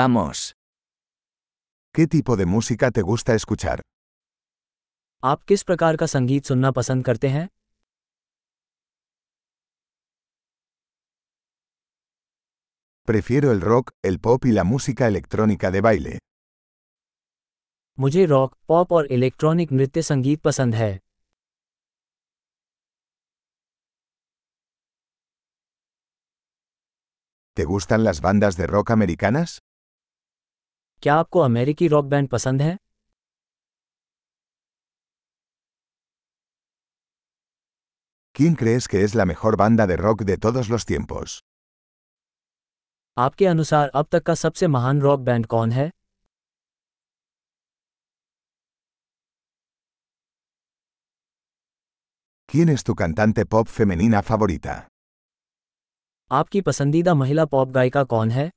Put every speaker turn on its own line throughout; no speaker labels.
Vamos.
¿Qué tipo de música te gusta escuchar?
आप किस प्रकार का संगीत सुनना पसंद करते हैं
Prefiero el rock, el pop y la música electrónica de baile.
मुझे रॉक पॉप और इलेक्ट्रॉनिक नृत्य संगीत पसंद है
¿Te gustan las bandas de rock americanas?
क्या आपको अमेरिकी रॉक बैंड पसंद है
¿Quién crees que es la mejor banda de rock de todos los tiempos?
आपके अनुसार अब तक का सबसे महान रॉक बैंड कौन है
¿Quién es tu cantante pop femenina favorita?
आपकी पसंदीदा महिला पॉप गायिका कौन है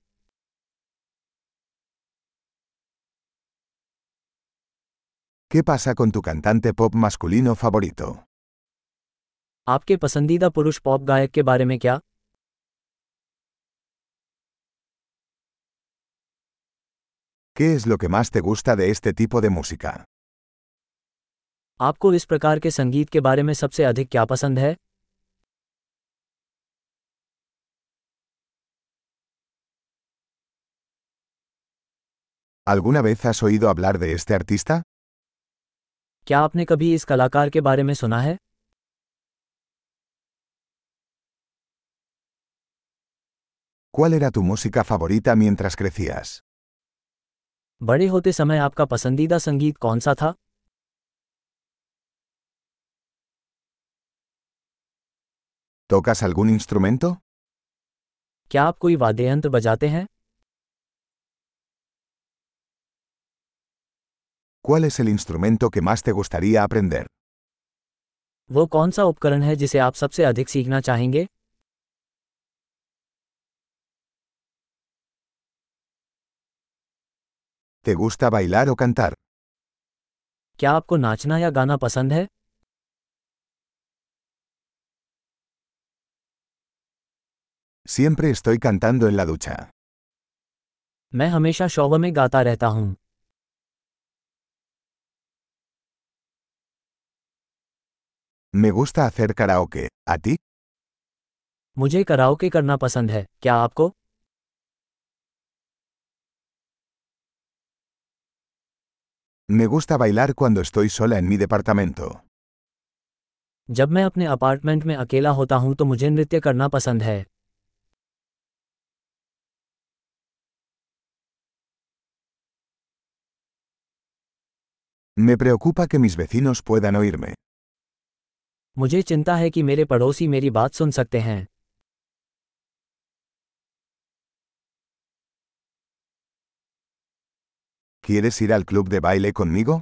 ¿Qué pasa con tu cantante pop masculino favorito?
आपके पसंदीदा पुरुष पॉप गायक के बारे में क्या
¿Qué es lo que más te gusta de este tipo de música?
आपको इस प्रकार के संगीत के बारे में सबसे अधिक क्या पसंद है
¿Alguna vez has oído hablar de este artista?
क्या आपने कभी इस कलाकार के बारे में सुना है
¿Cuál era tu música favorita mientras crecías?
बड़े होते समय आपका पसंदीदा संगीत कौन सा था
¿Tocas algún instrumento?
क्या आप कोई वाद्य यंत्र बजाते हैं
¿Cuál es el instrumento que más te gustaría aprender?
वो कौन सा उपकरण है जिसे आप सबसे अधिक सीखना चाहेंगे
¿Te gusta bailar o cantar?
क्या आपको नाचना या गाना पसंद है
Siempre estoy cantando en la ducha.
मैं हमेशा शौव में गाता रहता हूँ
Me gusta hacer karaoke. ¿A ti?
मुझे कराओके करना पसंद है क्या आपको
Me gusta bailar cuando estoy sola en mi departamento.
जब मैं अपने अपार्टमेंट में अकेला होता हूँ तो मुझे नृत्य करना पसंद है
Me preocupa que mis vecinos puedan oírme.
मुझे चिंता है कि मेरे पड़ोसी मेरी बात सुन सकते हैं
¿Quieres ir al club de baile conmigo?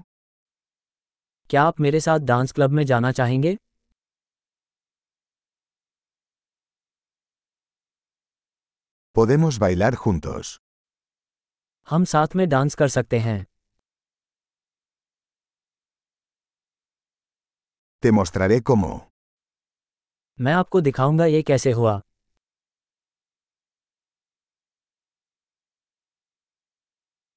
क्या आप मेरे साथ डांस क्लब में जाना चाहेंगे
Podemos bailar juntos.
हम साथ में डांस कर सकते हैं
Te mostraré cómo.
मैं आपको दिखाऊंगा ये कैसे हुआ